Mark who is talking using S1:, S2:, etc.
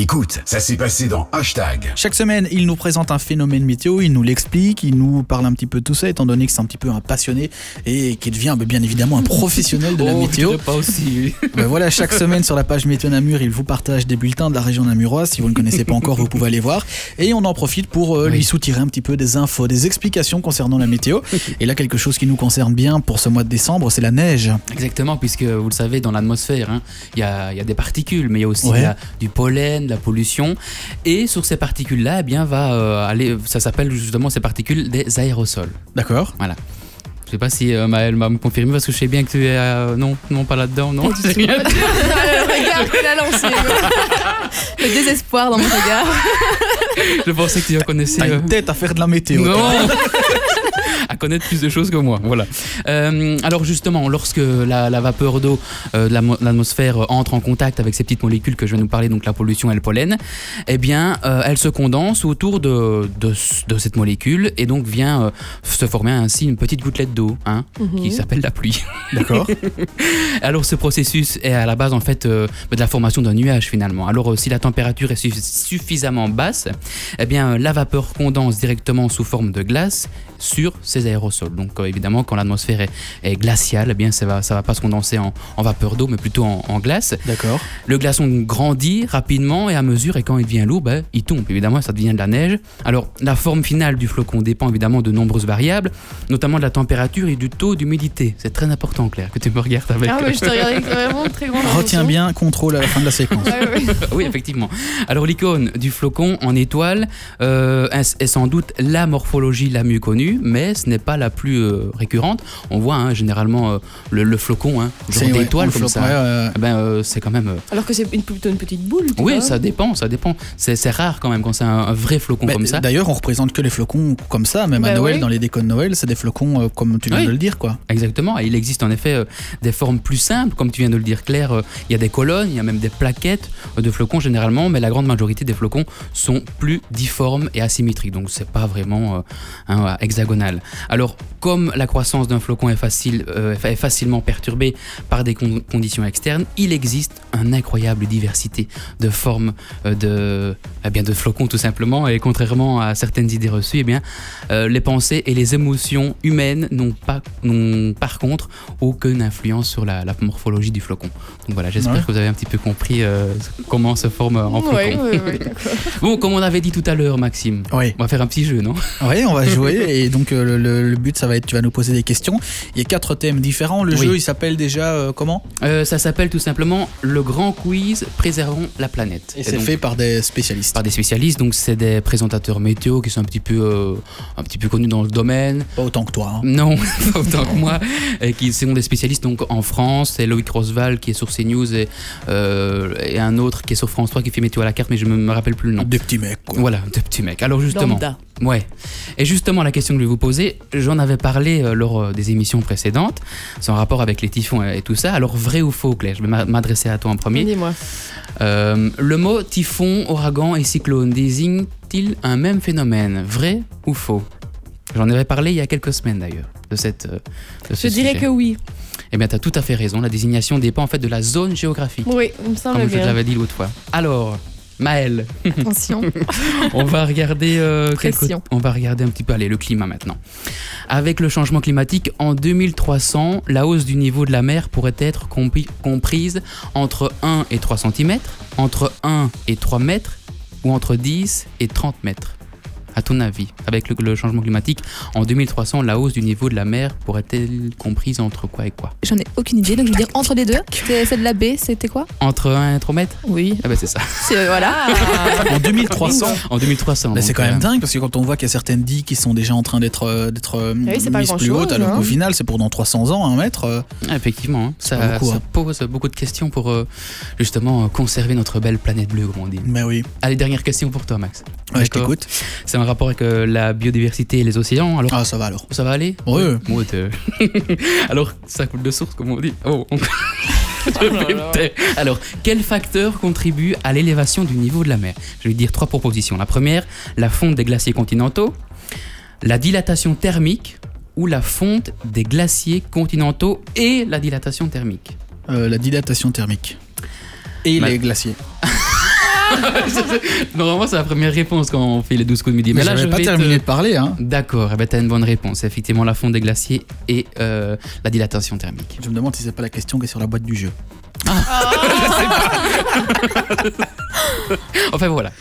S1: Écoute, ça s'est passé dans Hashtag.
S2: Chaque semaine, il nous présente un phénomène météo, il nous l'explique, il nous parle un petit peu de tout ça, étant donné que c'est un petit peu un passionné et qu'il devient bah, bien évidemment un professionnel de la
S3: Oh,
S2: météo.
S3: je dirais pas aussi.
S2: Ben voilà, chaque semaine sur la page Météo Namur, il vous partage des bulletins de la région namuroise. Si vous ne connaissez pas encore, vous pouvez aller voir. Et on en profite pour euh, lui soutirer un petit peu des infos, des explications concernant la météo. Et là, quelque chose qui nous concerne bien pour ce mois de décembre, c'est la neige.
S3: Exactement, puisque vous le savez, dans l'atmosphère, hein, il y, a, il y a des particules, mais il y a aussi
S2: Ouais.
S3: de la- du pollen, de la pollution. Et sur ces particules-là, eh bien, va euh, aller, ça s'appelle justement ces particules des aérosols.
S2: D'accord
S3: Je sais pas si euh, Maël m'a me confirmé parce que je sais bien que tu es euh, non non pas là-dedans non tu sais rien.
S4: Regarde, la lancé. Le désespoir dans mon regard.
S3: je pensais que tu en connaissais
S2: T'as
S3: euh,
S2: une tête à faire de la météo.
S3: Non À connaître plus de choses que moi, voilà. Euh, alors justement, lorsque la, la vapeur d'eau euh, de la mo- l'atmosphère euh, entre en contact avec ces petites molécules que je vais nous parler, donc la pollution et le pollen, eh bien, euh, elle se condense autour de, de, ce- de cette molécule et donc vient euh, se former ainsi une petite gouttelette d'eau, hein, qui s'appelle la pluie.
S2: D'accord.
S3: Alors ce processus est à la base en fait euh, de la formation d'un nuage finalement. Alors euh, si la température est suffi- suffisamment basse, eh bien euh, la vapeur condense directement sous forme de glace sur ces aérosols. Donc euh, évidemment quand l'atmosphère est, est glaciale, eh bien ça va ça va pas se condenser en, en vapeur d'eau mais plutôt en, en glace.
S2: D'accord.
S3: Le glaçon grandit rapidement et à mesure et quand il devient lourd, ben, il tombe. Évidemment, ça devient de la neige. Alors la forme finale du flocon dépend évidemment de nombreuses variables, notamment de la température et du taux d'humidité. C'est très important Claire que tu me regardes avec. euh,
S4: Ah, mais je te regarde avec vraiment très grande
S2: Retiens
S4: attention.
S2: bien, contrôle à la fin de la séquence.
S4: Ouais, ouais.
S3: Euh, Oui, effectivement. Alors l'icône du flocon en étoile euh, est est sans doute la morphologie la mieux connue, mais ce n'est pas la plus euh, récurrente. On voit hein, généralement euh, le, le flocon, hein, genre
S2: C'est- ouais,
S3: d'étoile
S2: on
S3: comme
S2: flotte,
S3: ça.
S2: ouais, ouais, ouais.
S3: Eh Ben, euh, c'est quand même. euh,
S4: Alors que c'est une- plutôt une petite boule. tu
S3: Oui,
S4: vois.
S3: ça dépend, ça dépend. C'est c'est rare quand même quand c'est un, un vrai flocon
S2: Mais
S3: comme ça.
S2: Bah, D'ailleurs, on représente que les flocons comme ça, même à
S4: Bah
S2: Noël,
S4: oui.
S2: dans les décos de Noël, c'est des flocons euh, comme tu viens
S3: Oui.
S2: de le dire, quoi.
S3: Exactement. Et il existe en effet euh, des formes plus simples, comme tu viens de le dire, Claire. euh, Il y a des colonnes, il y a même des plaquettes euh, de flocons généralement, mais la grande majorité des flocons sont plus difformes et asymétriques. Donc c'est pas vraiment euh, hein, voilà, hexagonal. Alors comme la croissance d'un flocon est facile, euh, est facilement perturbée par des con- conditions externes, il existe une incroyable diversité de formes euh, de, eh bien, de flocons tout simplement. Et contrairement à certaines idées reçues, eh bien euh, les pensées et les émotions humaines n'ont pas, n'ont par contre aucune influence sur la, la morphologie du flocon. Donc voilà, j'espère
S2: Ouais.
S3: que vous avez un petit peu compris euh, comment se forme un flocon.
S4: Ouais, ouais, ouais, d'accord.
S3: Bon, comme on avait dit tout à l'heure, Maxime,
S2: Oui.
S3: on va faire un petit jeu, non
S2: Ouais, on va jouer et donc euh, le, le- le but ça va être tu vas nous poser des questions. Il y a quatre thèmes différents. Le
S3: Oui.
S2: jeu il s'appelle déjà euh, comment
S3: Euh, Ça s'appelle tout simplement le grand quiz préservons la planète.
S2: Et c'est
S3: donc,
S2: fait par des spécialistes.
S3: par des spécialistes, donc c'est des présentateurs météo qui sont un petit peu, euh, un petit peu connus dans le domaine.
S2: Pas autant que toi. hein.
S3: Non, pas autant que moi, et qui sont des spécialistes donc en France. C'est Loïc Rosval qui est sur CNews et, euh, et un autre qui est sur France 3 qui fait météo à la carte, mais je me, me rappelle plus le nom.
S2: Des petits mecs quoi.
S3: Voilà, deux petits mecs. Alors justement,
S4: Lambda.
S3: ouais. Et justement, la question que je vais vous poser, j'en avais parlé euh, lors euh, des émissions précédentes, c'est en rapport avec les typhons et, et tout ça. Alors vrai ou faux, Claire Je vais m'a- m'adresser à toi en premier.
S4: Dis-moi.
S3: Euh, le mot typhon, ouragan et cyclone désignent-ils un même phénomène Vrai ou faux J'en avais parlé il y a quelques semaines d'ailleurs de cette. euh, de
S4: Je dirais que oui.
S3: Eh bien, tu as tout à fait raison. La désignation dépend en fait de la zone géographique,
S4: Oui, il me
S3: comme
S4: semble
S3: je te
S4: bien.
S3: l'avais dit l'autre fois. Alors, Maël,
S4: Attention.
S3: on va regarder euh, quelque-
S4: Pression.
S3: on va regarder un petit peu allez, le climat maintenant. Avec le changement climatique en 2300, la hausse du niveau de la mer pourrait être compi- comprise entre 1 et 3 cm, entre 1 et 3 mètres ou entre 10 et 30 mètres. À ton avis, avec le, le changement climatique en 2300, la hausse du niveau de la mer pourrait-elle comprise entre quoi et quoi
S5: J'en ai aucune idée, donc je veux dire entre les deux. C'est Celle de la B, c'était quoi
S3: Entre 1 et 3 mètres
S5: Oui.
S3: Ah ben c'est ça.
S5: voilà.
S2: En 2300.
S3: En 2300.
S2: Mais Bah, c'est
S3: donc,
S2: quand même
S3: euh,
S2: dingue parce que quand on voit qu'il y a certaines digues qui sont déjà en train d'être euh, d'être euh,
S4: Ah oui, c'est pas
S2: mises plus
S4: grand-chose,
S2: hautes, alors
S4: hein.
S2: qu'au final c'est pour dans 300 ans un mètre. euh,
S3: Effectivement, hein.
S2: pas
S3: ça,
S2: beaucoup,
S3: ça
S2: hein.
S3: pose beaucoup de questions pour euh, justement euh, conserver notre belle planète bleue, comme on dit.
S2: Mais oui,
S3: Allez, dernière question pour toi, Max.
S2: Ouais, je
S3: D'accord.
S2: t'écoute.
S3: C'est en rapport avec euh, la biodiversité et les océans. Alors,
S2: Ah ça va alors.
S3: ça va aller
S2: Ouais.
S3: Moi, t'es- Alors, ça coule de source, comme on dit. Oh, on-
S2: Oh
S3: Je vais me taire. Alors, quel facteur contribue à l'élévation du niveau de la mer Je vais dire trois propositions. La première, la fonte des glaciers continentaux, la dilatation thermique ou la fonte des glaciers continentaux et la dilatation thermique.
S2: Euh, la dilatation thermique. Et
S3: Ma-
S2: les glaciers.
S3: Normalement, c'est la première réponse quand on fait les 12 coups de midi.
S2: Mais,
S3: là,
S2: j'avais
S3: je
S2: pas
S3: vais te-
S2: terminé de parler. Hein.
S3: D'accord, eh ben, t'as une bonne réponse. C'est Effectivement, la fonte des glaciers et euh, la dilatation thermique.
S2: Je me demande si c'est pas la question qui est sur la boîte du jeu.
S3: Enfin voilà,